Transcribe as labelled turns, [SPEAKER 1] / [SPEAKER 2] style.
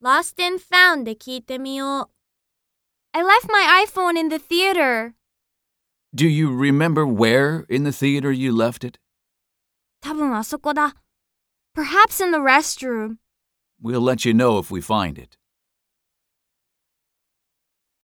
[SPEAKER 1] Lost and Found で聞いてみよう。I left my iPhone in the theater.
[SPEAKER 2] Do you remember where in the theater you left it?
[SPEAKER 1] 多分あそこだ。Perhaps in the restroom.
[SPEAKER 2] We'll let you know if we find it.